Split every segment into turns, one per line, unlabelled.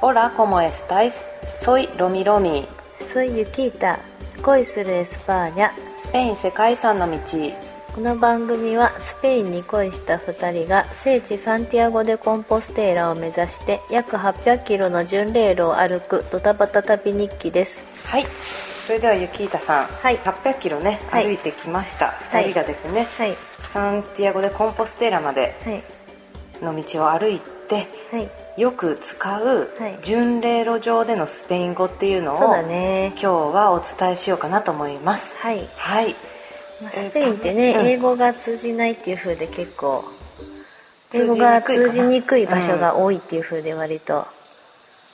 Hola, ¿cómo estáis? Soy Romi Romi.
ソイユキータ恋するエスパーニャ
スペイン世界遺産の道。
この番組はスペインに恋した2人が聖地サンティアゴ・デ・コンポステーラを目指して約800キロの巡礼路を歩くドタバタ旅日記です
はい。それではユキータさん、
はい
800キロね
はい
歩いてきました。二、
はい
人がですね、
はい
サンティアゴでコンポステーラまで
はい
の道を歩いて。
はい
よく使う
はい
巡礼路上でのスペイン語っていうのを、
そうだね
今日はお伝えしようかなと思います
はい、
はい
まあ、スペインってね、
うん
英語が通じないっていう風で結構英
通じ
語
にくいかな
が通じにくい場所が多いっていう風で割と、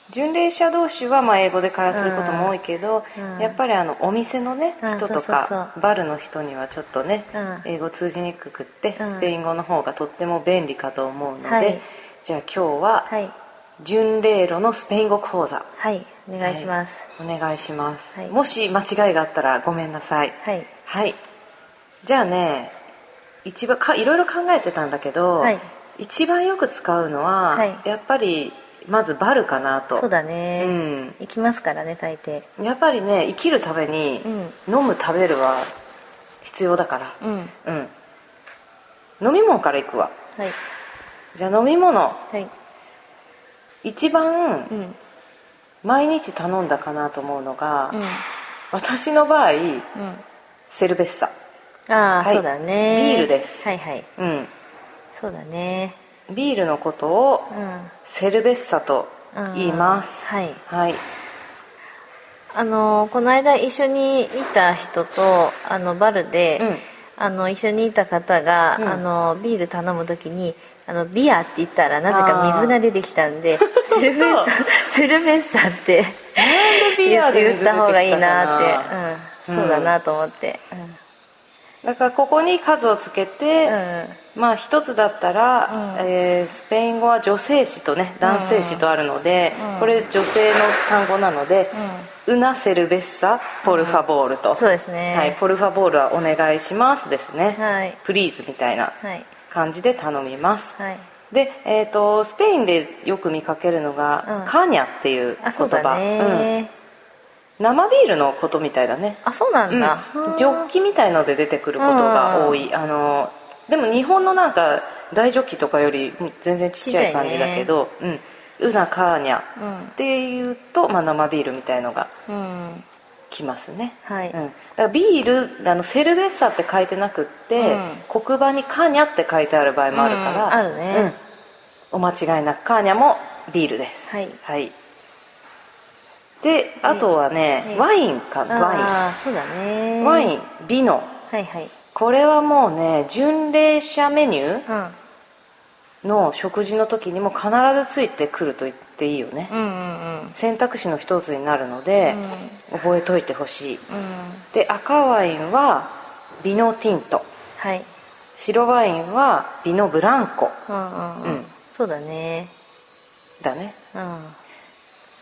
巡礼者同士はまあ英語で会話することも多いけど、
うん
やっぱりあのお店のね
うん
人と
そうそう
かバルの人にはちょっとね、
うん
英語通じにくくって
うん
スペイン語の方がとっても便利かと思うので、
はい
じゃあ今日は
はい
巡礼路のスペイン語講座
はいお願いします
お願いします、
はい
もし間違いがあったらごめんなさい
はい
はいじゃあね一番かいろいろ考えてたんだけど、
はい
一番よく使うのは、
はい
やっぱりまずバルかなと
そうだね、
うん
行きますからね大抵
やっぱりね生きるために、飲む食べるは必要だか
うんは
らうん飲み物からいくわ
い
じゃあ飲み物
はい
一番
うん
毎日頼んだかなと思うのが、
うん
私の場合
う
セルベッサ
ん、ああ、
はい
そうだね
ビールです
はいはい
うん
そうだね
ビールのことを
うん
セルベッサと
うん
言います、
はい
はい
あのこの間一緒にいた人とあのバルで、
うん
あの一緒にいた方が、
うん
あのビール頼む時にあのビアって言ったらなぜか水が出てきた んでセルベッサセルベッサって
ビ
言
ア
っ
で
て
水
言った方がいいな
出てきたか
って、うん、そうだなと思って
だからここに数をつけ
うん、う
て、
ん
まあ一つだったら、
うん
えースペイン語は女性詞とね男性詞とあるので、
うん
これ女性の単語なので「うなセルベッサポルファボールと」
そうですね
はい、ポルファボールはお願いしますですね、
はい
プリーズみたいな
はい
感じで頼みます、
はい
で、えー、とスペインでよく見かけるのが、
うん
カーニャっていう言
あ
葉
そうだ
うん
ね、
生ビールのことみたいだね
あそうなんだ、
うんジョッキみたいので出てくることが多い、あのでも日本のなんか大ジョッキとかよりうん全然ちっちゃい感じだけど、うん、ウナカーニャっていうと、まあ、生ビールみたいのが
うん、うん
きますね、
はい
うん、だからビールあのセルベッサって書いてなくって、黒板にカーニャって書いてある場合もあるから、
うんあるね
うんお間違いなくカーニャもビールです
はい
であとはね、
ね
ワインかワ
ああそうだ
イ
ね
ンワインビノ
はいはい
これはもうね巡礼者メニュ
うん
ーの食事の時にも必ずついてくると言っていいよね、
うんうんうん
選択肢の一つになるので、覚えといてほしい
うん
で赤ワインはビノティント
はい
白ワインはビノブランコ
うんうん
う
うんんそうだね
だね
うん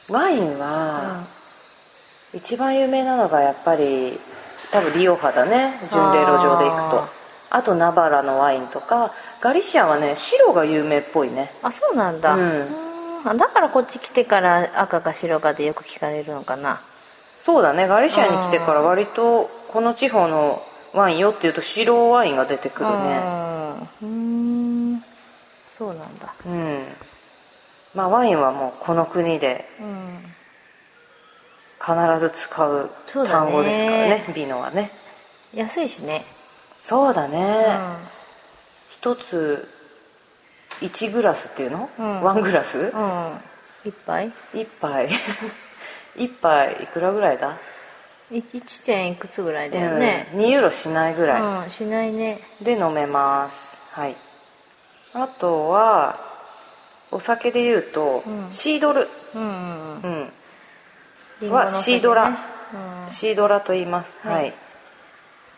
ワイン
うん
は一番有名なのがやっぱり多分リオハだね巡礼路上で行くと
あ
あとナバラのワインとかガリシアはね白が有名っぽいね
あそうなんだ
うん
うんあだからこっち来てから赤か白かでよく聞かれるのかな
そうだねガリシアに来てから割とこの地方のワインよっていうと白ワインが出てくるね
うんうんそうなんだ
うん、まあワインはもうこの国で
うん
必ず使う
そうだ
単
ね
語ですからね美濃はね
安いしね
そうだね、
うん
一つ1グラスっていうの、
うん
ワングラス、
うん一杯
一杯 一杯いくらぐらいだ
い 1. 点いくつぐらいだよね
うん、2ユーロしないぐら
うんしないね
いで飲めますはいあとはお酒で言うと、
うん
シードル、
うんうんうん
うん、
リンゴの
は
先
シ
ね
ードラ
うん
シードラと言いますはい、
はい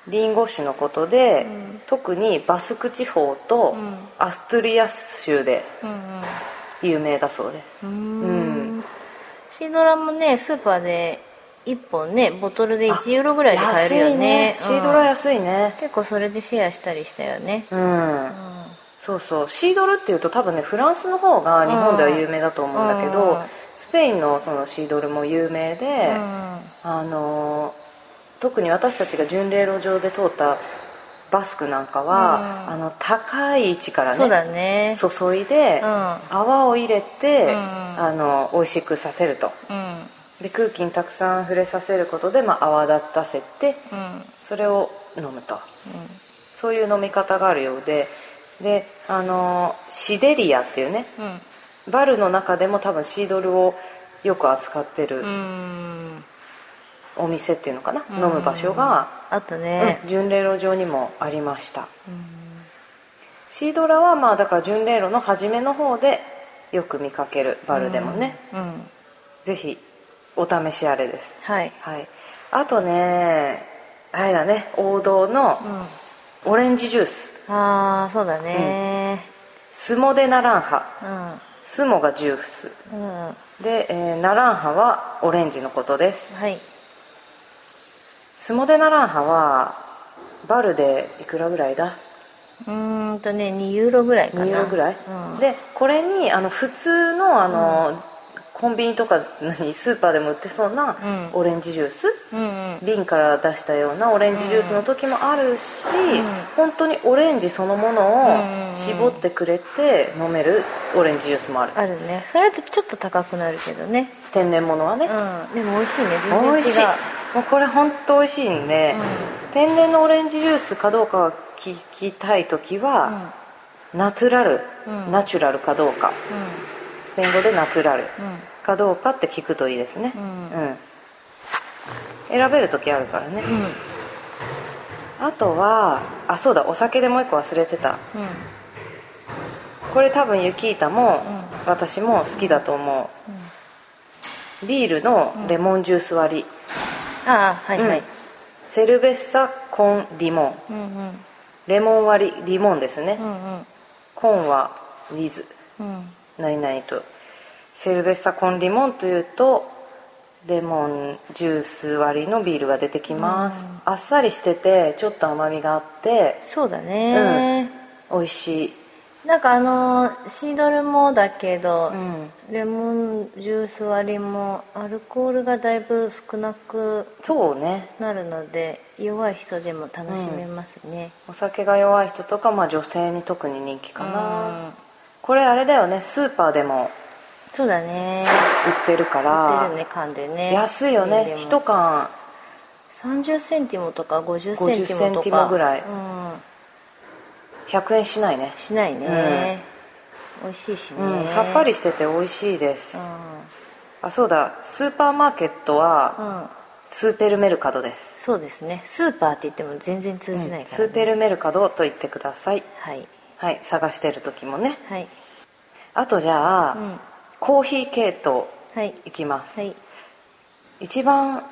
リンゴ酒のことで、
うん
特にバスク地方と
うん
アストゥリアス州で
うん
有名だそうです
うん
うん
シードラもねスーパーで1本ねボトルで1ユーロぐらいで買えるよね
安いシードラ
うん
安いね
結構それでシェアしたりしたよね
うん
うん
そうそうシードルっていうと多分ねフランスの方が日本では有名だと思うんだけど、
うん
スペインのそのシードルも有名で、あの特に私たちが巡礼路上で通ったバスクなんかは、
うん
あの高い位置から
そうだ
ね
ね
注いで、
うん
泡を入れて、
うん
あの美味しくさせると
うん
で空気にたくさん触れさせることで、まあ、泡立たせて
うん
それを飲むとそういう飲み方があるようでであのシデリアっていうね
うん
バルの中でも多分シードルをよく扱ってる
うんうん
お店っていうのかな、
うん
飲む場所が、
あったね
うん、巡礼路上にもありました
うん
シードラはまあだから巡礼路の初めの方でよく見かけるバルでもね、
うん
ぜひお試しあれです
はい
はいあとねあれだね王道の
うん
オレンジジュース
ああそうだね
スモデナランハ
うん
スモがジュース
うん
で、えーナランハはオレンジのことです
はい
スモデナランハはバルでいくらぐらいだ
うーんとね2ユーロぐらいかな
2ユーロぐらい、
うん、
でこれにあの普通のあの、コンビニとか何スーパーでも売ってそうな
うん
オレンジジュース、
うんうん
瓶から出したようなオレンジジュースの時もあるし、
ん
本当にオレンジそのもの
う
を
ん
絞ってくれて飲めるオレンジジュースもある
あるねそれだとちょっと高くなるけどね
天然物はね、
うんでも美味しいね全然違う
美味しいもうこれ本当美味しいんで、天然のオレンジジュースかどうかは聞きたい時は、ナチュラル、
うん
ナチュラルかどうかスペイン語でナチュラル
うん
かどうかって聞くといいですね
う
うんん、選べる時あるからね、
うん
あとはあそうだお酒でもう一個忘れてた
うんうん
これ多分ユキータも、
う
私も好きだと思うビールのレモンジュース割り、
ああはいはい
うんセルベッサコンリモン
うんうん
レモン割りリモンですね、
うんうん
コンはリズ
うん
何々とセルベッサコンリモンというとレモンジュース割りのビールが出てきます、
うん
あっさりしててちょっと甘みがあって
そうだね
美味しい、
なんかあのーシードルもだけど
うん、
レモンジュース割りもアルコールがだいぶ少なく
そうね
なるので弱い人でも楽しめますね
お酒が弱い人とか、まあ、女性に特に人気かな、
うん
これあれだよねスーパーでも
そうだね
売ってるか
売っ
ら
てるね缶でね
安いよね
瓶で
1
も
缶
30センティモとか50センティモ
50セン
と
ティ
か
モぐらい
うん、
100円しないね
しないね、美味しいしね、
うん、さっぱりしてて美味しいです、
うん、
あそうだスーパーマーケットは
うん、
スーペルメルカドです、
そうですねスーパーって言っても全然通じないから、
ス
ね
ーペルメルカドと言ってください
はい
はい探してる時もね
はい
あとじゃあ、
うん
コーヒー系統
はい
いきます、
はい
一番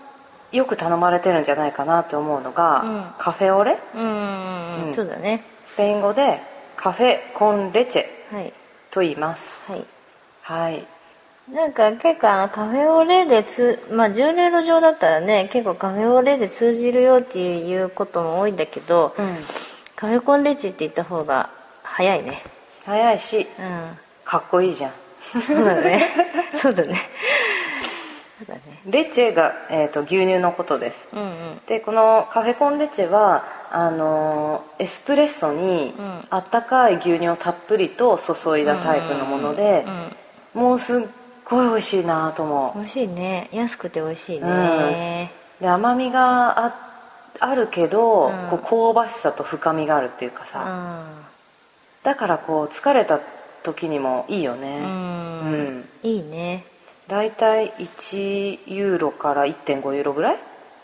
よく頼まれてるんじゃないかなと思うのが、
うん
カフェオレ
うん、
うん
そうだね
スペイン語でカフェコンレチェ
はい
と言います
はい
はい
なんか結構あのカフェオレでつまあ巡礼路上だったらね結構カフェオレで通じるよっていうことも多いんだけど、
うん
カフェコンレチって言った方が早いね
早いし
う
かっこいいじゃん
んそうだね そうだねそうだね
レチェが、えー、と牛乳のことです
うんうん
でこのカフェコンレチェはあのーエスプレッソに
うん
あったかい牛乳をたっぷりと注いだタイプのもので、もうすっごい美味しいなと
美
思
味しいね安くて美味しいね
うで甘みがああるけど、
うん
こう香ばしさと深みがあるっていうか
う
さ、
ん
だからこう疲れた時にもいいよ
う、
ねうんん
いいね
大体、たい1ユーロから1.5ユーロぐらい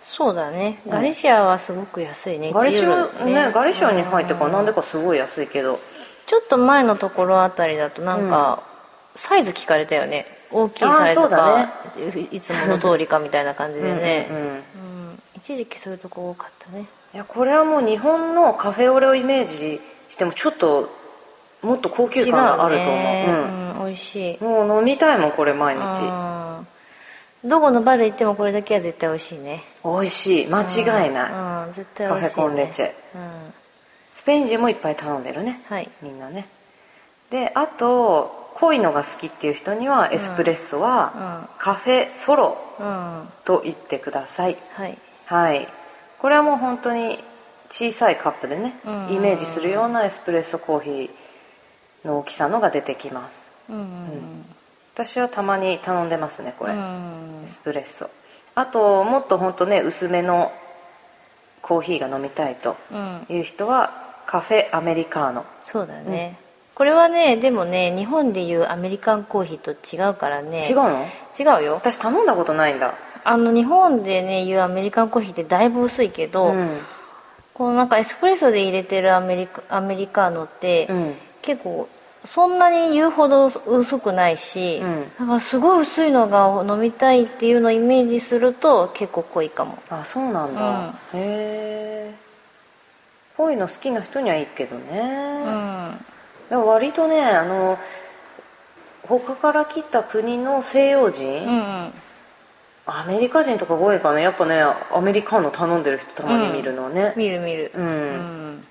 そうだね
ん
ガリシアはすごく安いね、
ガリシ
1ユーロ
オ、
だ
ねガリシオに入ってか
う
ら
ん
なんでかすごい安いけど、
ちょっと前のところあたりだとなんか、サイズ聞かれたよね大きいサイズ
あ
か、いつもの通りかみたいな感じでね
うんうんうん
うん一時期そういうとこ多かったね
いやこれはもう日本のカフェオレをイメージしてもちょっともっと高級
違う
感があると思う
ねうん、美味しい
うん、もう飲みたいもんこれ毎日
うんどこのバル行ってもこれだけは絶対美味しいね
美味しい間違いない、
うん、絶対美味
カ
しい、ね、
フェコンレチェ
うん
スペイン人もいっぱい頼んでるね
はい
みんなねであと濃いのが好きっていう人にはエスプレッソはカフェソロ
うんは
と言ってください、
い
はい、これはもう本当に小さいカップでね、
うん
イメージするようなエスプレッソコーヒーの大きさのが出てきます
うん
私はたまに頼んでますねこれ、
う
エ
ん
スプレッソあともっと本当ね薄めのコーヒーが飲みたいと
うん
いう人はカフェアメリカーノ
そうだね、これはねでもね日本でいうアメリカンコーヒーと違うからね
違うの
違うよ
私頼んだことないんだ
あの日本でねいうアメリカンコーヒーってだいぶ薄いけど、
うん
このなんかエスプレッソで入れてるアメリカアメリカーノって、
うん
結構そんなに言うほど薄くないし、
うん
だからすごい薄いのが飲みたいっていうのをイメージすると結構濃いかも
あそうなんだ、へえ濃いの好きな人にはいいけど
う
ね、
ん
でも割とねあの他から来た国の西洋人、
うん
アメリカ人とかが多いかなやっぱねアメリカの頼んでる人たまに見るのね、
見る見る
うん
うん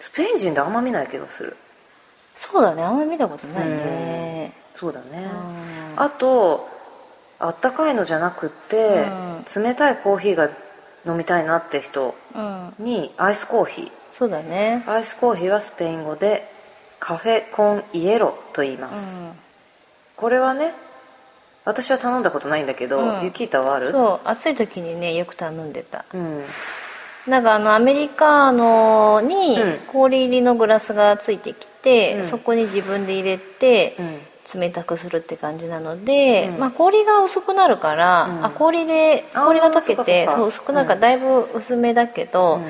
スペイン人であんま見ない気がする
そうだねあんまり見たことないね
そうだね、
うん
あとあったかいのじゃなくって、冷たいコーヒーが飲みたいなって人
うん
にアイスコーヒ
そうだね
ーアイスコーヒーはスペイン語でカフェコンイエロと言います、
うん
これはね私は頼んだことないんだけど、
うん
ユキータはある
そう暑い時にねよく頼んでた
うん、
なんかあのアメリカーノに
うん
氷入りのグラスがついてきて、
うん
そこに自分で入れて
うん
冷たくするって感じなので、
うん
まあ、氷が薄くなるから、
うん
あ氷で
あー
氷が溶
そ
け
っかそってか
そう薄くなるからだいぶ薄めだけど、
うん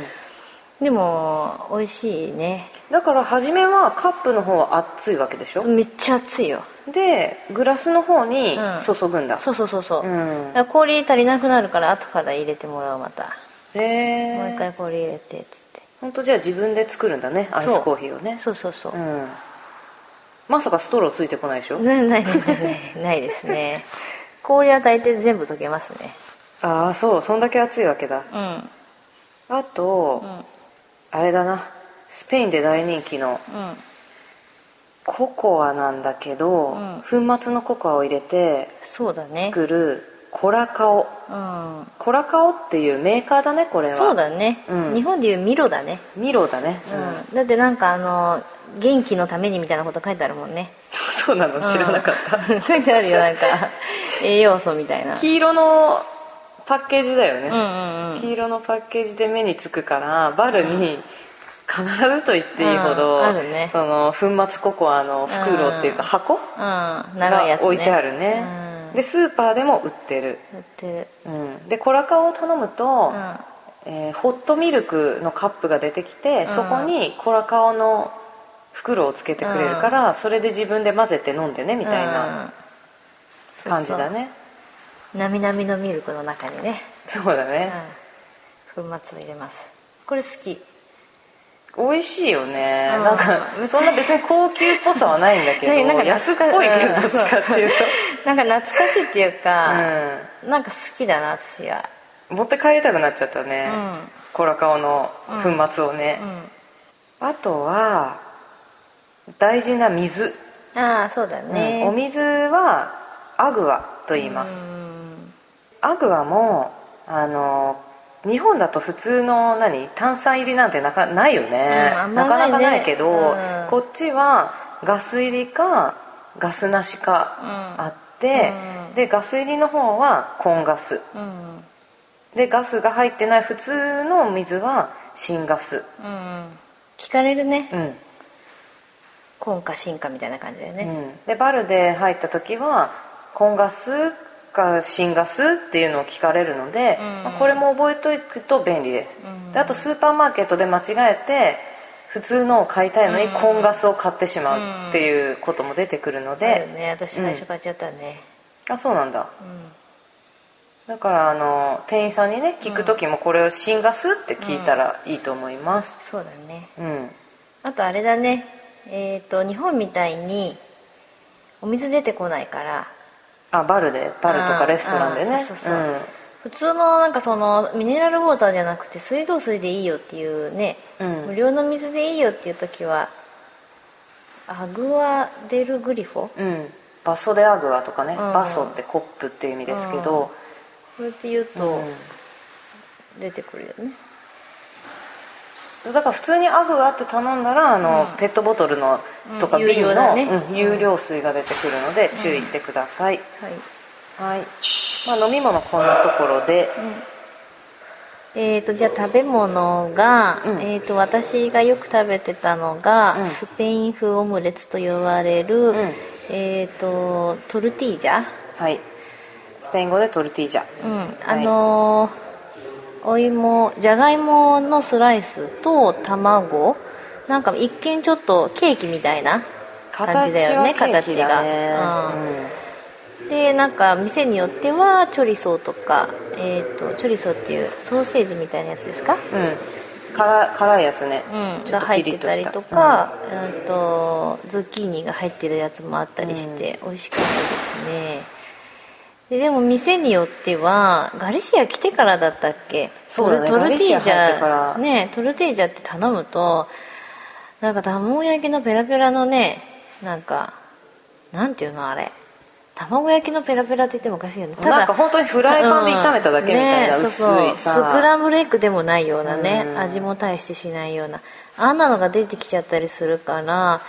でも美味しいね
だから初めはカップの方は熱いわけでしょ
めっちゃ熱いよ
でグラスの方に
うん
注ぐんだ、
そうそうそうそ
う
う、
ん
だから氷足りなくなるから後から入れてもらうまた、
へえ
もう一回氷入れてっつって
本当じゃあ自分で作るんだねアイスコーヒーをね
そうそうそ
う
う、
んまさかストローついてこないでしょ
ないないないないないですね氷は大抵全部溶けますね
ああそうそんだけ熱いわけだ
うん
あと、
うん
あれだなスペインで大人気の
うん
ココアなんだけど、粉末のココアを入れて
そうだね
作るコラカオ
うん
コラカオっていうメーカーだねこれは
そうだね、
うん
日本でいうミロだね、
ミロだね、
う
うん
ん、だってなんかあの元気のためにみたいなこと書いてあるもんね
そうなの知らなかった、
うん書いてあるよな んか栄養素みたいな
黄色のパッケージだよね、
うんうんうん
黄色のパッケージで目につくからバルに必ずと言っていいほど、
うんあるね
その粉末ココアの袋っていうか
うん
箱
うん長いや
が
つ、ね、
置いてあるね
うん、
でスーパーでも売ってる、
やってる
うん、でコラカオを頼むと、
うん
えーホットミルクのカップが出てきて、
うん
そこにコラカオの袋をつけてくれるから、それで自分で混ぜて飲んでねみたいな感じだね、
なみなみのミルクの中にね、
そうだね、
うん、粉末を入れますこれ好き
美味しいよね、
うん
なんかそんな別に高級っぽさはないんだけど
ねなんか
安っぽいけど
うん
どっちかっていうと、
なんか懐かしいっていうか、
う
なんか好きだな私は
ん、持って帰りたくなっちゃった
う
ね、
ん
コラカオの粉末をね、あとは大事な水、
うんああそうだね、
うんお水はアグアと言います、
うん
アグアもあの日本だと普通の何炭酸入りなんてなかないよね,、
うんあん
な
ま
か
ない
な
ね
かないけど、
うん
こっちはガス入りかガスなし
うん
かあって、
うん
でガス入りの方はコンガス
うん
でガスが入ってない普通の水は新ガス
うん聞かれるね
うん、
今か進化みたいな感じだよ
う
ね、
んでバルで入った時はコンガスか新ガスっていうのを聞かれるので、
うん
まあこれも覚えておくと便利です、
うん
であとスーパーマーケットで間違えて普通のを買いたいのに
うん
コンガスを買ってしまうっていうことも出てくるの
だよ
で、
ね私最初買っちゃったね、
あそうなんだ
うん
だからあの店員さんにね聞く時もこれを新ガスって聞いたらいいと思います
そうだね
うん
あとあれだねえっ、と日本みたいにお水出てこないから
あバルでバルとかレストランで
うんう
ね
んそうそうそう普通のなんかそのミネラルウォーターじゃなくて水道水でいいよっていうね、
うん
無料の水でいいよっていう時はアグア・デル・グリフォ
うん、バソデアグアとかね、
うん
バソってコップっていう意味ですけど、
それって言うと
う
出てくるよね、
んだから普通にアグアって頼んだらあの、
うん
ペットボトルのとか
うん
瓶
有料
の、
だね
うん有料水が出てくるので注意してください、
はい
はい、まあ、飲み物こんなところで、
えー、とじゃあ食べ物が、
うん
えー、と私がよく食べてたのが、
うん
スペイン風オムレツと呼ばれる、
ん
えー、とトルティージャ、
はい、スペイン語でトルティージャ
うんあのーお芋じゃがいものスライスと卵なんか一見ちょっとケーキみたいな感じだよね
はケーキだね
形がうんでなんか店によってはチョリソーとか、えー、とチョリソーっていうソーセージみたいなやつです
う
か、
ん、うん辛辛いやつね、
うん、
ちょ
が
っと
入
ピ
っ
リ
て
ッ
たり
した
と、か、うん、とズッキーニが入ってるやつもあったりして、美味しかったですねででも店によってはガリシア来てからだったっけ
そうだね
トルトルティージ
ガリシア入ってから
ャねトルティージャって頼むとなんか卵焼きのペラペラのねなんかなんていうのあれ卵焼きのペラペラって言ってもおかしいよねただ
なんか本当にフ
フ
ライパンで炒めただけみたいな薄いさ、
スクランブルエッグでもないようなね、
うん
味も大してしないようなあんなのが出てきちゃったりするから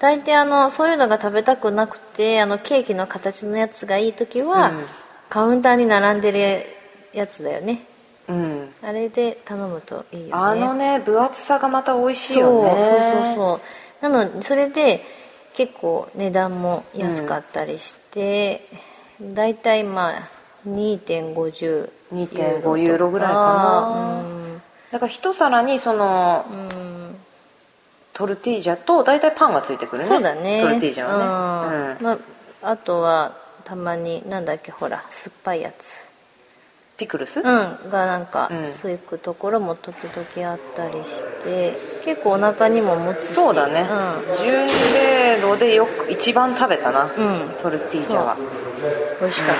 大抵あのそういうのが食べたくなくてあのケーキの形のやつがいい時は、
うん
カウンターに並んでるやつだよね
うん、
あれで頼むといいよね
あのね分厚さがまた美味しい
そう
よね
そうそうそうなのそれで結構値段も安かったりして、だいたいまあ2.50ユーロと
2.5ユーロぐらいかなだから一皿にその、
うん、うん
トルティージャと大体パンがついてくるね
そうだね
トルティージャはね、
うん
うん
まあ、あとはたまになんだっけほら酸っぱいやつ
ピクルス、
うんがなんか
うん
ついくところも時々あったりして結構お腹にも持つし
そうだね、12レーロでよく一番食べたな、
うん、うん、
トルティージャは
美味しかっ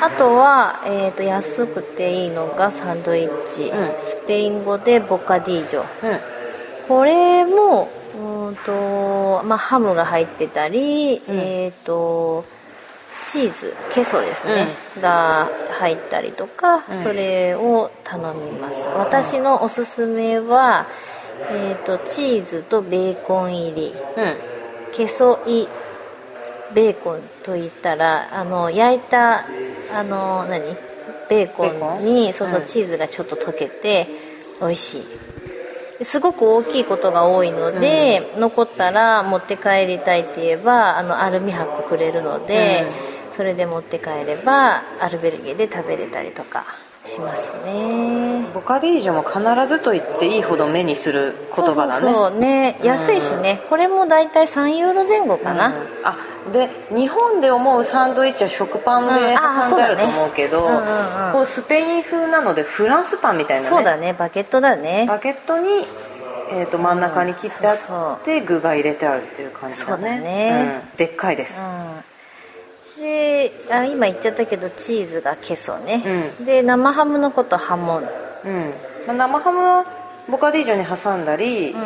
た、あとは、えー、と安くていいのがサンドイッチ、
うん
スペイン語でボカディージョ
うん
これもうーんと、まあ、ハムが入ってたり、
ん
えっ、とチーズケソですね、が入ったりとか、
うん
それを頼みます私のおすすめは、えー、とチーズとベーコン入り
うん
ケソイベーコンといったらあの焼いたあの何ベーコン
ベーコン
にそうそう、
うん
チーズがちょっと溶けて美味しいですごく大きいことが多いので、残ったら持って帰りたいって言えばあのアルミ箔くれるので、それで持って帰ればアルベルゲで食べれたりとかしますね
ボカディージョも必ずと言っていいほど目にする言葉だね
そうそうそうね安いしね、これも大体3ユーロ前後かな、
うんあで日本で思うサンドイッチは食パン
うん
で
あ
挟んであると思うけど、
そうだねうんうんうん
こうスペイン風なのでフランスパンみたいなね
そうだねバケットだね
バケットに、えー、と真ん中に切ってあ
うんそうそ
って、具が入れてあるっていう感じだね
そうだね
うんでっかいです、
うんであ今言っちゃったけどチーズがケソね、
う
で生ハムのことハモン、
うんまあ、生ハムはボカディージョに挟んだり、
うん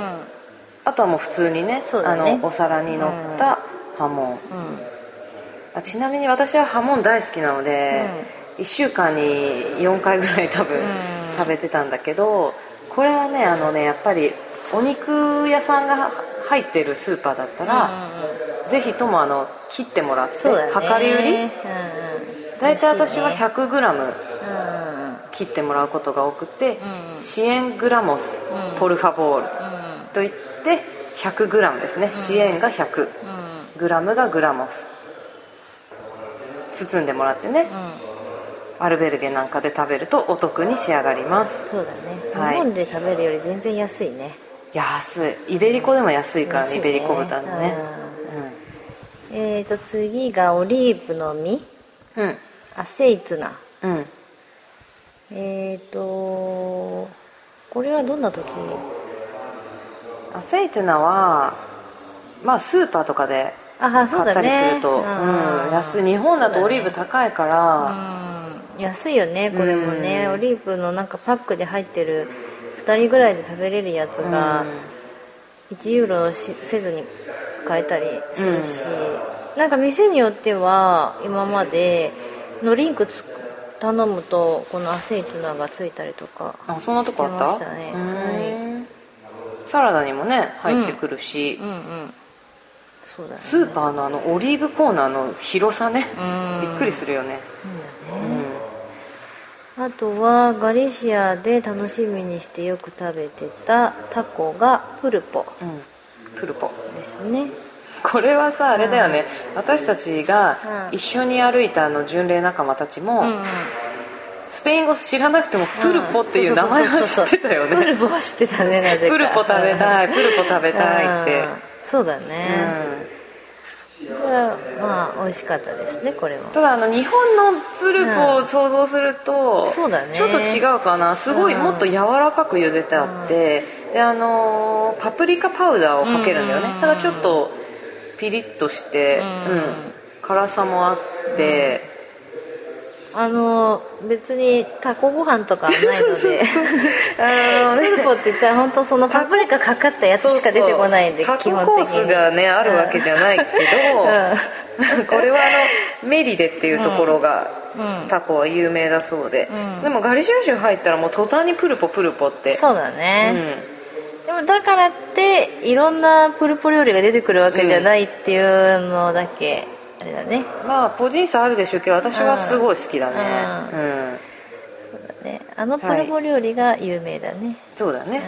あとはもう普通にね
そうだね
あのお皿に乗ったハモン、あちなみに私はハモン大好きなので、1週間に4回ぐらい多分、
ん
食べてたんだけどこれはねあのねやっぱりお肉屋さんが入ってるスーパーだったら、ぜひともあの切ってもらって、
そうだね
量り売
うんうん
り大体私は
美味しいね
100g
うんうん
切ってもらうことが多くて
うん
「
うん
支援グラモス、
うん
ポルファボール
うん」
といって 100g ですね支援が 100g
うん
がグラモス包んでもらってね
うん
アルベルゲなんかで食べるとお得に仕上がります
そうだね、
はい
日本で食べるより全然安いね
安いイベリコでも安いからね
安いね
イベリコ豚のね
えーと次がオリーブの実
うんうん
アセイトゥナ
うん
えっ、とこれはどんな時
アセイトゥナはまあスーパーとかで
ああ
買
そう
った
だ
りす
ね
ると、うん安い日本だとオリーブ高いから
うん安いよねこれもね、オリーブのなんかパックで入ってる2人ぐらいで食べれるやつが
うん
1ユーロしせずに買えたりするし、なんか店によっては今までのリンクつ頼むとこのアセイトナがついたりとか
あそんなとこあった
してましたね
うんサラダにもね入ってくるし、
うんうんそうだね
スーパーのあのオリーブコーナーの広さね、
うん
びっくりするよね、
うんだ
う
ね
ん、
あとはガリシアで楽しみにしてよく食べてたタコがプルポ
うん、プルポ
ですね
これはさあれだよね、私たちが
うん
一緒に歩いたあの巡礼仲間たちも、
うんうん
スペイン語知らなくてもプルポっていう名前は知ってたよ
そうそうそうそうプ
ね
ルポは知ってたねなぜか
プルポ食べたい
うん
プルポ食べたいって
うんそうだね、
うん
これはまあ美味しかったですねこれも
ただあの日本のプルコを想像すると、
うんそうだね
ちょっと違うかなすごい
うん
もっと柔らかく茹でてあって、であのーパプリカパウダーをかけるんだよね、
うん
ただからちょっとピリッとして、
う
うんん辛さもあって、
あの別にタコご飯とかはないので
あの
プルポって言ったら本当そのパプリカかかったやつしか出てこないんで
そうそう
基本
タココー
的に
スがねあるわけじゃないけど、これはあのメリデっていうところが、
うん
タコは有名だそうで、
うん
でもガリシア州入ったらもう途端にプルポプルポって
そうだね、
うん
でもだからっていろんなプルポ料理が出てくるわけじゃないっていうのだけ、あれだね
まあ個人差あるでしょうけど私はすごい好きだね
う
うん、
そうだねあのプルポ料理が有名だね、
そうだね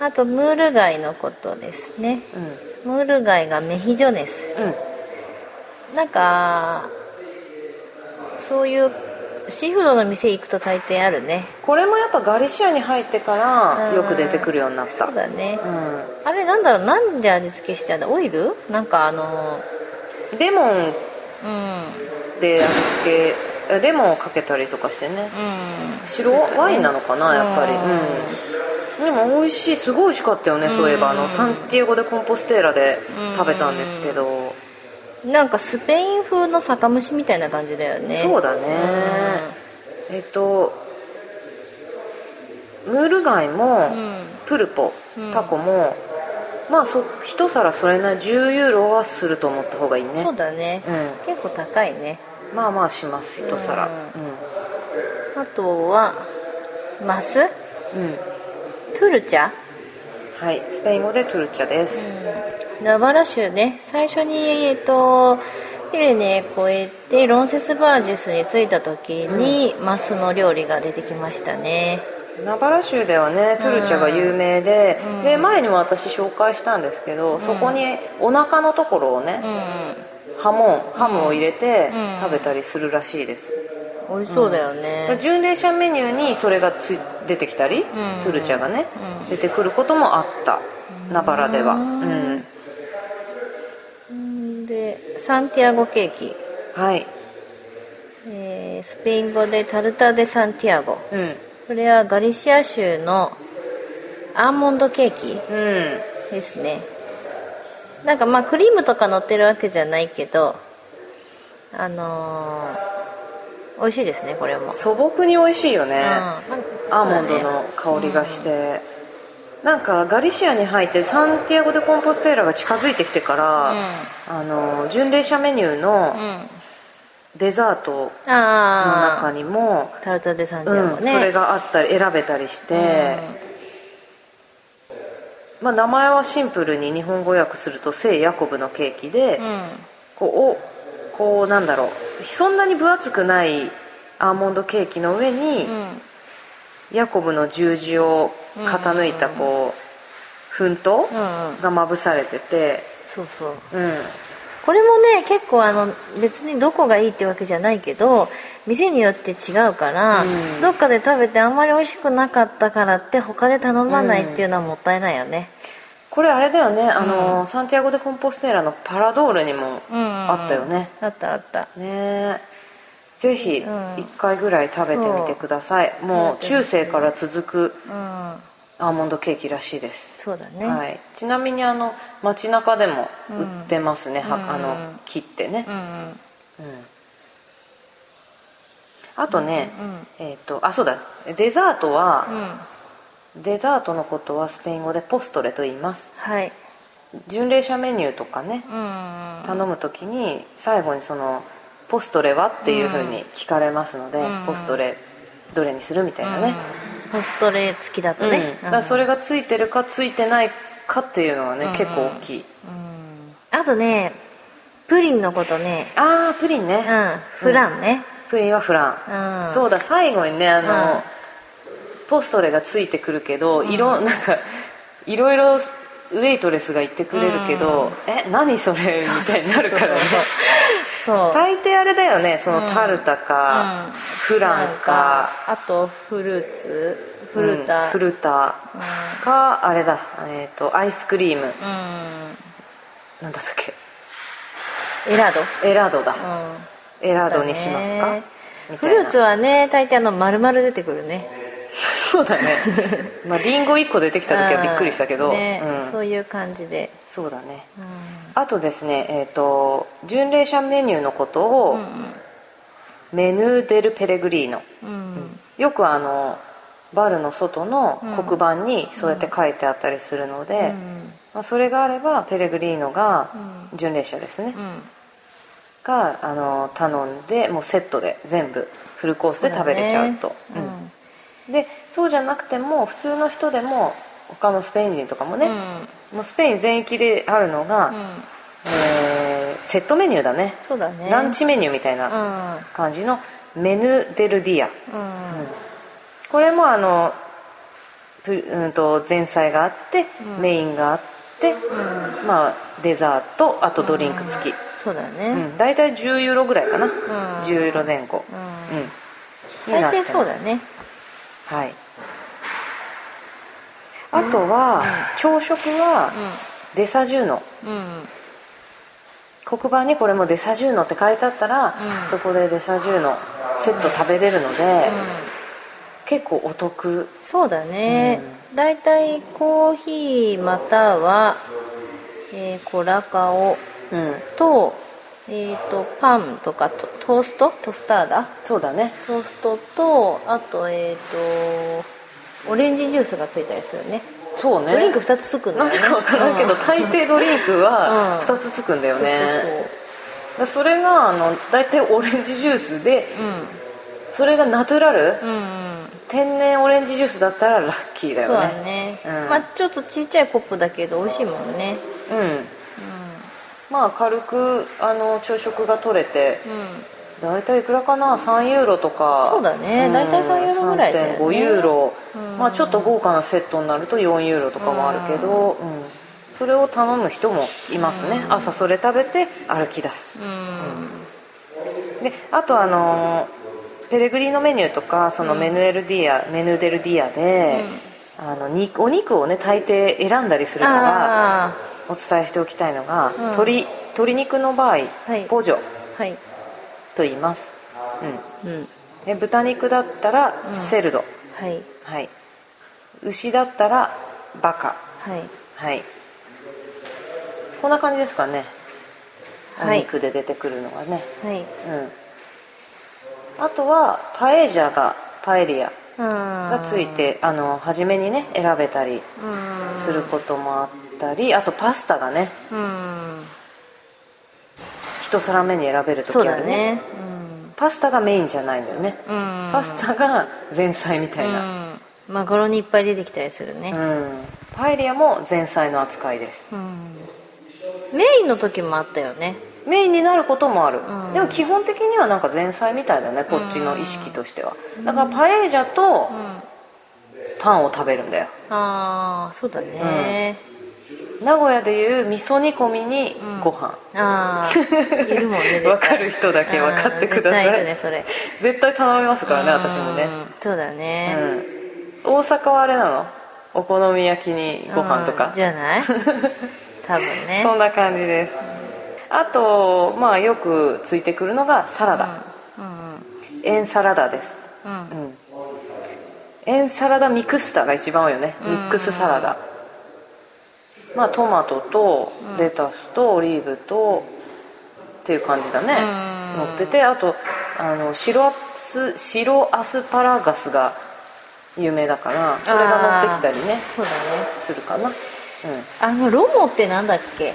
あとムール貝のことですね
うんうん
ムール貝がメヒジョネス
うん
なんかそういうシーフードの店行くと大抵あるね
これもやっぱガリシアに入ってからよく出てくるようになった
そうだね、
う
あれなんだろうなんで味付けしてあるのオイルなんかあの
んレモン
うん
で味付けレモンをかけたりとかしてね
うん
白ワインなのかなやっぱりうん、でも美味しいすごい美味しかったよねそういえばあのサンティエゴでコンポステーラで食べたんですけど
なんかスペイン風の酒蒸しみたいな感じだよね
そうだねえっとムール貝も、
うんうん
プルポ
うん
タコも、まあそ一皿それなり10ユーロはすると思った方がいいね
そうだね、
う
結構高いね
ん、まあまあします一皿
あとはマス
うん、うん
トゥルチャ
はいスペイン語でトゥルチャです、
ナバラ州ね最初にえっ、とピレネー越えてロンセスバージェスに着いた時に、マスの料理が出てきましたね
ナバラ州ではねトゥルチャが有名で、
うん
で前にも私紹介したんですけど、そこにお腹のところを
う
ね、
ん
ハモンハムを入れて
うん
食べたりするらしいです、
美味しそうだよ
で
ね、
巡礼者メニューにそれがつい出てきたり、トゥルチャがね、出てくることもあったナバラではうん
でサンティアゴケーキ、
はい、
えースペイン語でタルタ・デ・サンティアゴ
うん、
これはガリシア州のアーモンドケーキ
うん、
ですねなんかまあクリームとか乗ってるわけじゃないけどあのー美味しいですねこれも、
素朴に美味しいよね、
うん
アーモンドの香りがして、なんかガリシアに入ってサンティアゴ・デ・コンポステーラが近づいてきてから、あの巡礼者メニュー
う
の
ん、うん
デザートの
あ
中
あ
にも、
タルタ・デ・サンティア
う
ゴ
ん、
ね、
それがあったり選べたりして、まあ、名前はシンプルに日本語訳すると聖ヤコブのケーキで、
うん、うん
こうおこうなんだろうそんなに分厚くないアーモンドケーキの上に、
うん
ヤコブの十字を傾いたこう奮闘
うんうん
がまぶされてて、
そうそ
う
う
ん、
これもね結構あの別にどこがいいってわけじゃないけど店によって違うから、
うん
どっかで食べてあんまり美味しくなかったからって他で頼まないっていうのはもったいないよね、
これあれだよねあの、サンティアゴ・デ・コンポステーラのパラドールにも
うんうんうん
あったよね、
あったあった
ねえぜひ
ん
1回ぐらい食べてみてください、もう中世から続く
うん
アーモンドケーキらしいです、
そうだね、
はい、ちなみにあの街中でも売ってますね、は
うん
あの切ってね
う、ん
うんあとね、
うんうん
えっ、とあそうだデザートは、
うん
デザートのことはスペイン語でポストレと言います
はい
巡礼者メニューとかね
うん
頼む時に最後にそのポストレはっていうふうに聞かれますので、
うん
ポストレどれにするみたいなね、
うんポストレ付きだと
うん
ね、
だからそれ
が、
がついてるかついてないかっていうのはね、
うん
結構大きい
うんあとねプリンのことね
ああプリンね、
うんフランね、
プリンはフラン
う、ん
そうだ最後にねあの、
うん
ポストレがついてくるけど、色なんかいろいろウェイトレスが言ってくれるけど、え何それみたいになるからね
そうそうそうそう
大抵あれだよねそのタルタか、
うん
フランか、
あとフルーツフ
うん
ルータ、
フルタ
うん
かあれだ、えー、とアイスクリームなんだったっ
エラード、
けエラードだ、
う
エ
ん、
ラードにします
そうだ
か、
ね
みた
フ
いな
ルーツはね大抵あの丸々出てくるね
そう だねまあリンゴ1個出てきた時はびっくりしたけど、
うんね
うん
そういう感じで、
そうだね
うん
あとですねえっ、と巡礼者メニューのことを、メヌーデル・ペレグリーノ
うん
よくあのバルの外の黒板にそうやって書いてあったりするので、
うん
まあ、それがあればペレグリーノが
う
巡礼者ですね、
うん
があの頼んでもうセットで全部フルコースで食べれちゃうと
そうだね
うんでそうじゃなくても普通の人でも他のスペイン人とかも
う
ね、
ん
もうスペイン全域であるのが、
うんうん
えーセットメニューだね
そうだね
ランチメニューみたいうなん感じのメヌデルディア
うん
これもあのぷうんと前菜があって、
うん
メインがあって、まあ、デザートあとドリンク付き、
そうだ
う
ね
ん大体10ユーロぐらいかな、10ユーロ前後、
う
うんんにな
大
ってま
抵
す
そうだね
はいあとは、朝食はデサジューノ
うんうん
黒板にこれもデサジューノって書いてあったら、
うん
そこでデサジューノセット食べれるので、
うん
結構お得
そうだね、だいたいコーヒーまたは、えーコラカオ
うん
と,、えー、とパンとかトトーストトースターだ
そうだね
トーストとあとえっ、とオレンジジュースがついたりするね
そうね
ドリンク2つつくんだ
な
よ
ん
ね
かわからんけど、大抵ドリンクは
うん
2つつくんだよ
そう
ね、だからそれがあの大体オレンジジュースで
そうそう
それがナチュラル、
うんうん、うん、
天然オレンジジュースだったらラッキーだ
そう
よ
だ
ね
ね、
うん
まあちょっとちっちゃいコップだけど美味しいもんね
うんまあ軽くあの朝食が取れて
うん、うん
大体いくらかな3ユーロとか
そうだね大体3ユーロぐらいだよね
3.5ユーロ、
うん
まあ、ちょっと豪華なセットになると4ユーロとかもあるけど、うんそれを頼む人もいますね、朝それ食べて歩き出す
うん
であとあのーペレグリーノメニューとかそのメヌエルディア、メヌデルディアで、あのにお肉をね大抵選んだりするから
あ
お伝えしておきたいのが、
ん
鶏鶏肉の場合、
い
ポジョ
あはい
と言います、
うん
うん、で豚肉だったらセルド、
はい
はい牛だったらバカ
はい
はいこんな感じですかねお
はい
肉で出てくるのがね、
はい
うん、あとはパエージャがパエリアが
が
ついて、あの初めにね選べたり
うん
することもあったり、あとパスタがね
うん
一皿目に選べる時
そう
あ
だ
るね
ね
パスタがメインじゃないんだよね、
うんうん
パスタが前菜みたいな、
うんマグロにいっぱい出てきたりする
う
ね
んパエリアも前菜の扱いです
うんメインの時もあったよね
メインになることもある、
うん
でも基本的にはなんか前菜みたいだねこっちの意識としては、だからパエージャと
うん
パンを食べるんだよ、
ああそうだね
名古屋でいう味噌煮込みにご飯、
ああいるもんね 絶対
わかる人だけわかってください
うん絶対いるねそれ
絶対頼みますからね
うん
私もね、
そうだね
うん、大阪はあれなのお好み焼きにご飯と
うん
か
じ ゃない多分ね
そんな感じですあとまあよくついてくるのがサラダ、
うん
エンサラダです、
うん
う、ん、エンサラダミクスタが一番多いよねミックスサラダ、まあトマトとレタスとオリーブとっていう感じだね、
うん
乗っててあとあの白アス白アスパラガスが有名だからそれが乗ってきたりね
そうだね
するかな
あのロモってなんだっけ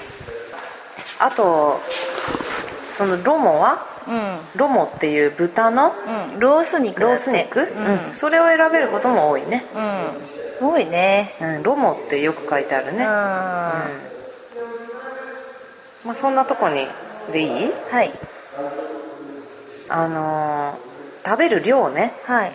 あとそのロモは
うん
ロモっていう豚の
うん、ロース肉だ
ロ
って
ース肉、
うん
うんそれを選べることも多いね、
うん、多いね
うん、ロモってよく書いてある
うん、
ね、うん
は
まあ、そんなとこにでいい
い
あのー食べる量ね
はい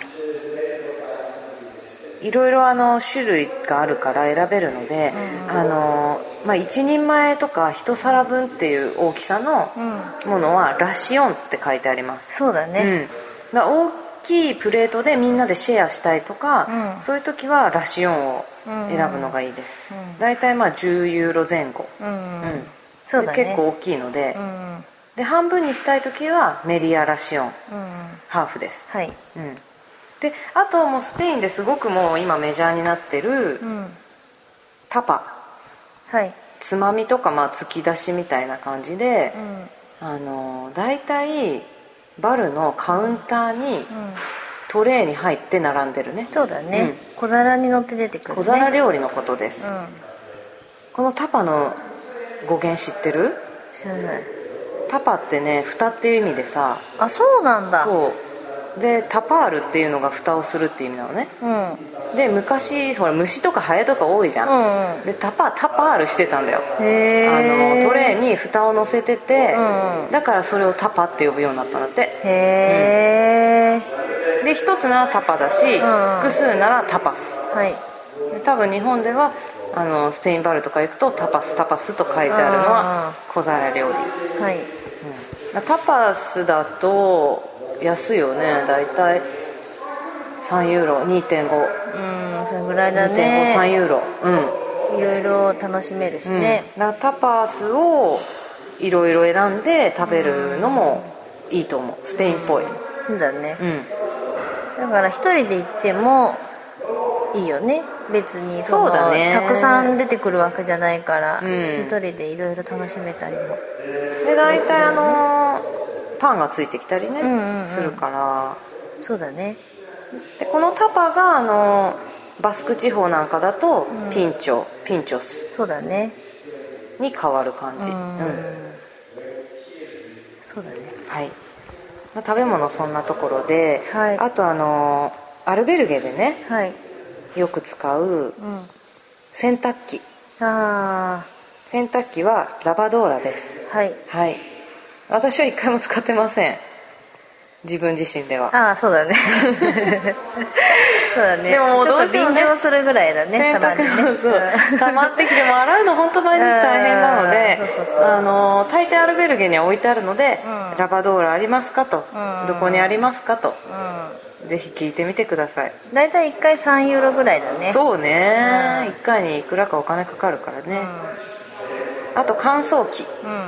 いろいろあの種類があるから選べるので、あのーまあ、1人前とか1皿分っていう大きさの
うん
ものはラシオンって書いてあります
そうだね、
うん、だから大きいプレートでみんなでシェアしたいとか、
うん
そういう時はラシオンを選ぶのがいいです、
うん
大体まあ10ユーロ前後、
うん
うん
そうだね
で結構大きいので,、
うんうん
で半分にしたい時はメリアラシオンハーフです、
はい
うん、であともうスペインですごくもう今メジャーになってる
うん
タパ
はい
つまみとかまあ突き出しみたいな感じで
う、ん
あの大体バルのカウンターに、
うん
トレーに入って並んでるね
そうだね、小皿に乗って出てくる、ね、
小皿料理のことです、
うん
このタパの語源知ってる
知らない
タパってね蓋っていう意味でさ
あそうなんだ
そうでタパールっていうのが蓋をするっていう意味なのね
うんうん
で昔ほら虫とかハエとか多いじゃん、
う
でタパタパールしてたんだよ
んへ
あ
え
のトレーに蓋を乗せてて、
うんうん
だからそれをタパって呼ぶようになったんだって
へえ、
で一つならタパだし、
ん
複数ならタパス
はい
で多分日本ではあのスペインバルとか行くとタパスタパスと書いてあるのは小皿料理
はい
タパスだと安いよね大体3ユーロ2.5
うんそれぐらいだね
2.53ユーロうん、
いろいろ楽しめるし
うん
ね、
だからタパスをいろいろ選んで食べるのもいいと思うスペインっぽいうん
そうだね、だから一人で行ってもいいよね別にその
そうだね
たくさん出てくるわけじゃないから一、
ん
人でいろいろ楽しめたりも
で大体あのーパンがついてきたりね、
んうんうん
するから
そうだね
でこのタパがあのバスク地方なんかだとピンチョ、ピンチョス
そうだね
に変わる感じ、
うん
うん
そうだね
はいまあ食べ物そんなところで、
はい
あとあのアルベルゲでね
はい
よく使う
うん
洗濯機
あ
洗濯機はラバドーラです
あはい
はい私は一回も使ってません自分自身では
ああそ うだねそうだね
でももう
ちょ
ど
っ
う
と
しよう
便
ね
乗するぐらいだね
洗
たまにね
濯物そう溜まってきても洗うの本当毎日大変なので
うんそうそうそう
あの大抵アルベルゲには置いてあるので、
うん
ラバドーラありますかと、
うん
どこにありますかと
うん
ぜひ聞いてみてください
うん大体1回3ユーロぐらいだねう、
そうね、
うん
1回にいくらかお金かかるからね、あと乾燥機
うんうん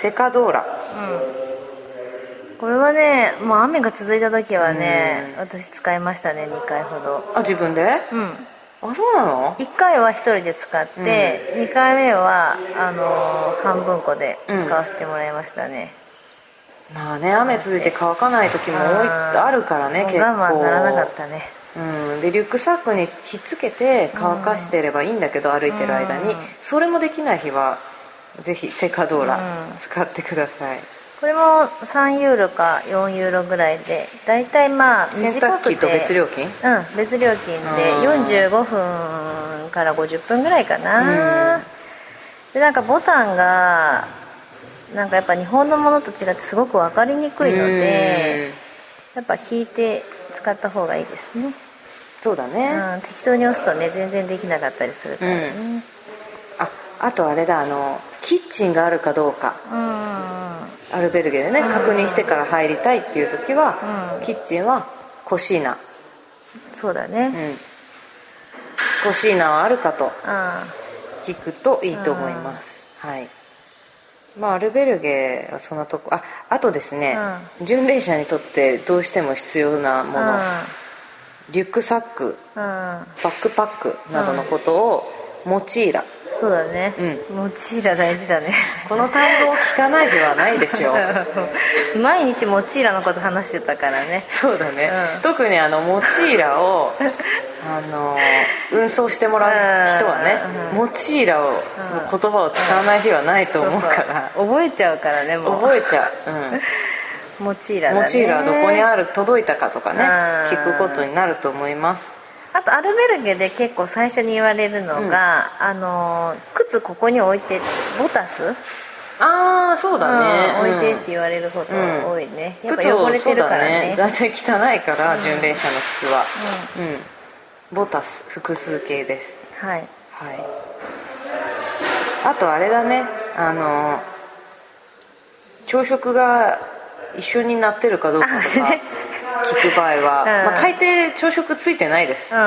セカドーラ
うんこれはねもう雨が続いた時はね、私使いましたね2回ほど
あ自分で
うん
あそうなの
1回は1人で使って、2回目はあのー半分こで使わせてもらいましたね、
まあね雨続いて乾かない時も多い
あー
あるからね
もう
結構
我慢ならなかったね
うん、でリュックサックにひっつけて乾かしてればいいんだけど、歩いてる間に、
うん
それもできない日はぜひセカドー
う
ラ
ん
使ってください、
これも3ユーロか4ユーロぐらいでだいたいまあ短く
洗濯
て
機と別料金
うん別料金で45分から50分ぐらいかな、
うん
でなんかボタンがなんかやっぱ日本のものと違ってすごく分かりにくいので、やっぱ聞いて使った方がいいですね、
うんそうだね、
うん、適当に押すとね全然できなかったりするからね、うん
ああとあれだあのキッチンがあるかどうかアルベルゲでね確認してから入りたいっていう時は、
うん
キッチンはコシーナ、
そうだ
う
ね、
ん、コシーナはあるかと
あ
聞くといいと思います、はいまあアルベルゲはそんなとこああとですね、巡礼者にとってどうしても必要なもの、
あ
リュックサック
うんうん
バックパックなどのことをモチーラ
そうだね、
う
モチーラ大事だね
この単語を聞かないではないでしょう
毎日モチーラのこと話してたからね
そうだね、
うん
特にあのモチーラをあの運送してもらう人はね、
うん
モチーラを、もう言葉を使わない日はないと思うから、
覚えちゃうからねもう
覚えちゃう、
モチー
う
ラ
ん、
だね
モチーラはどこにある届いたかとかね、
うん
聞くことになると思います
あとアルベルゲで結構最初に言われるのが、あのー靴ここに置いてボタス、
ああそうだ
う
ね、
ん置いてって言われることが多いね、やっ
靴
ぱ
を
汚れてるから
そ
ね
うだね大体汚いから、巡礼者の靴はうん、ボタス複数形です
うん、はい
はいあとあれだねあの朝食が一緒になってるかどうかとか聞
あね
く場合は、
うん
まあ、大抵朝食ついてないです、
う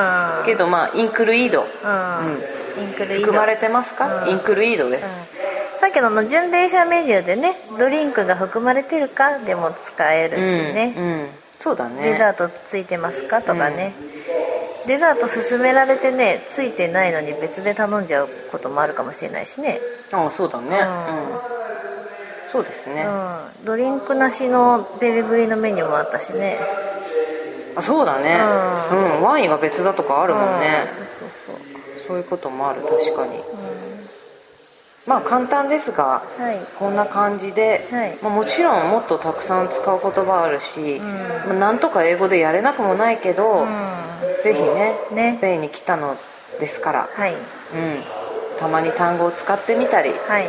ん
けどまあインクルイード
うん、インクルイード
含まれてますか、
うん
インクルイードです、
さっきのあの巡礼者メニューでねドリンクが含まれてるかでも使えるしね、
うんうんそうだね
デザートついてますかとかね、デザート勧められてねついてないのに別で頼んじゃうこともあるかもしれないしね、
ああそうだね、うん
ん
そうですね、
うん、ドリンクなしのベリグリのメニューもあったしね
あそうだね、
う
うんワインは別だとかあるもんね、
うん、そうそう
そういうこともある確かに、まあ簡単ですが、
はい
こんな感じで、
はい
まあ、もちろんもっとたくさん使う言葉あるし、まあなんとか英語でやれなくもないけど、
そう
ぜひね
ね
スペインに来たのですから、
うんはい
うん、たまに単語を使ってみたり
はい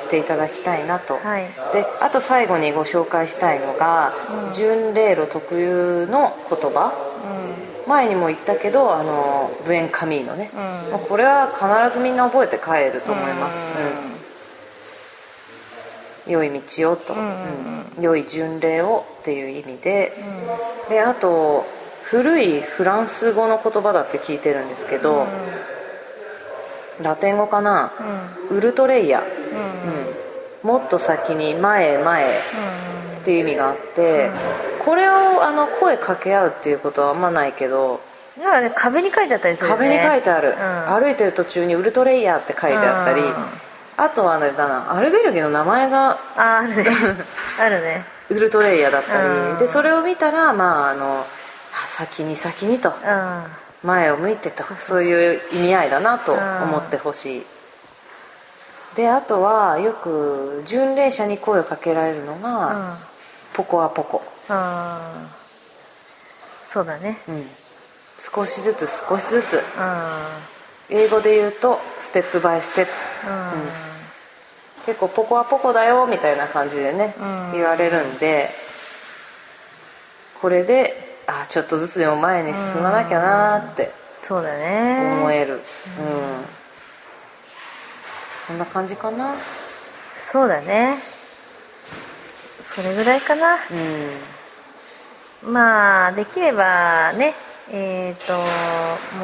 していただきたいなと、
はい
であと最後にご紹介したいのが、巡礼路特有の言葉前にも言ったけどあのブエンカミーノね、
うんうん
まあこれは必ずみんな覚えて帰ると思います、うん良い道をと、
んうん
うん良い巡礼をっていう意味で、であと古いフランス語の言葉だって聞いてるんですけど、ラテン語かな、ウルトレイヤ、うんもっと先に前へ前へっていう意味があって、これをあの声掛け合うっていうことはあんまないけど
なんかね壁に書いてあったりするよね
壁に書いてある、
うん
歩いてる途中に「ウルトレイヤー」って書いてあったり、
うん
あとはあれだなアルベルゲの名前が
ああるね あるね
ウルトレイヤーだったり、
うん
でそれを見たらまああのあ先に先にと
うんは
前を向いてとそういう意味合いだなと思ってほしい、であとはよく巡礼者に声をかけられるのが「
うん
ポコアポコ
うんそうだね」
うん少しずつ少しずつ
うん
英語で言うと「ステップバイステップ」
うん
結構ポコはポコだよみたいな感じでね、
うん
言われるんでこれであちょっとずつでも前に進まなきゃなーって
そうだね
思えるうん、そんな感じかなうん
そうだねそれぐらいかなまあできればねえっ、と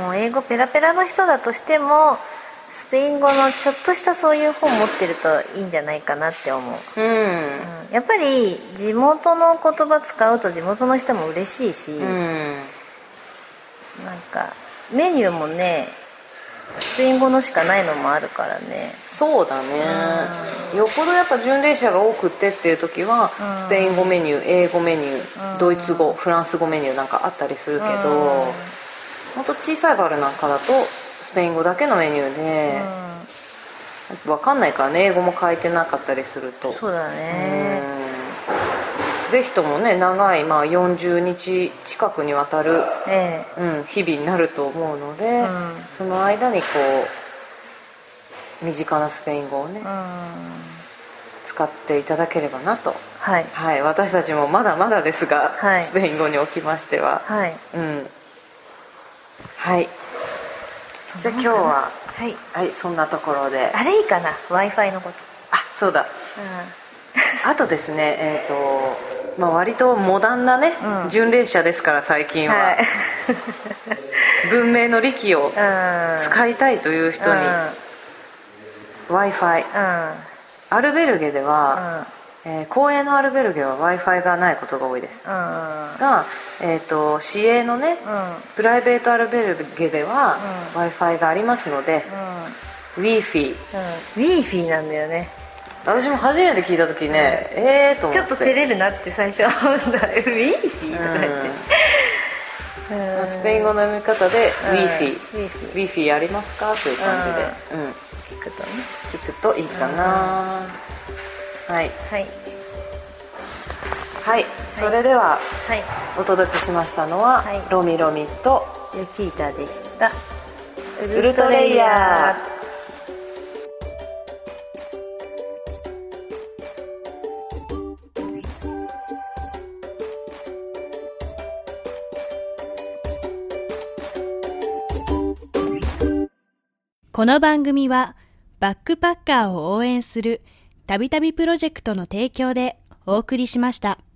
もう英語ペラペラの人だとしてもスペイン語のちょっとしたそういう本持ってるといいんじゃないかなって思
う
う、
ん
うんやっぱり地元の言葉使うと地元の人も嬉しいし、
うん
なんかメニューもねスペイン語のしかないのもあるからね
そうだねよっぽどやっぱ巡礼者が多くってっていう時は
うん
スペイン語メニュー英語メニュ
うん
ードイツ語フランス語メニューなんかあったりするけどほんと小さいバルなんかだとスペイン語だけのメニュー
うん、
でわかんないからね英語も書いてなかったりすると
そうだね
うんぜひともね長い、まあ、40日近くにわたる、
え
うん、日々になると思うので、
うん
その間にこう身近なスペイン語をね、
えうん
使っていただければなと、
はい
はい、私たちもまだまだですが、
はい
スペイン語におきましては、
はい
うんはいじゃあ今日は、
はい
はい、そんなところで
あれいいかな w i f i のこと
あそうだ
う
あとですねえっ、とまあ割とモダンなね、
うん
巡礼者ですから最近
ん
は、
はい
文明の利器を
うん
使いたいという人に
うん
w i f i
うん
アルベルゲでは、
うん
えー公営のアルベルゲは w i f i がないことが多いです
うん
が、えー、と市営のね、
うん
プライベートアルベルゲでは
う
w i f i がありますので
うん
w i f i
うん w i f i なんだよね
私も初めて聞いた時ね、ええーと思
ち
って
ょっと照れるなって最初 w i f i とか言って、
うん
うん
スペイン語の読み方で「
うん
Wi-Fi」
Wi-Fi
Wi-Fi ありますか?」という感じで、うん、
聞くとね
聞くといいかな、はい
はい
はい、それでは
はい
お届けしましたのは、
はい
ロミロミと
ルキータでした
ウルトレイヤー
この番組はバックパッカーを応援するたびたびプロジェクトの提供でお送りしました。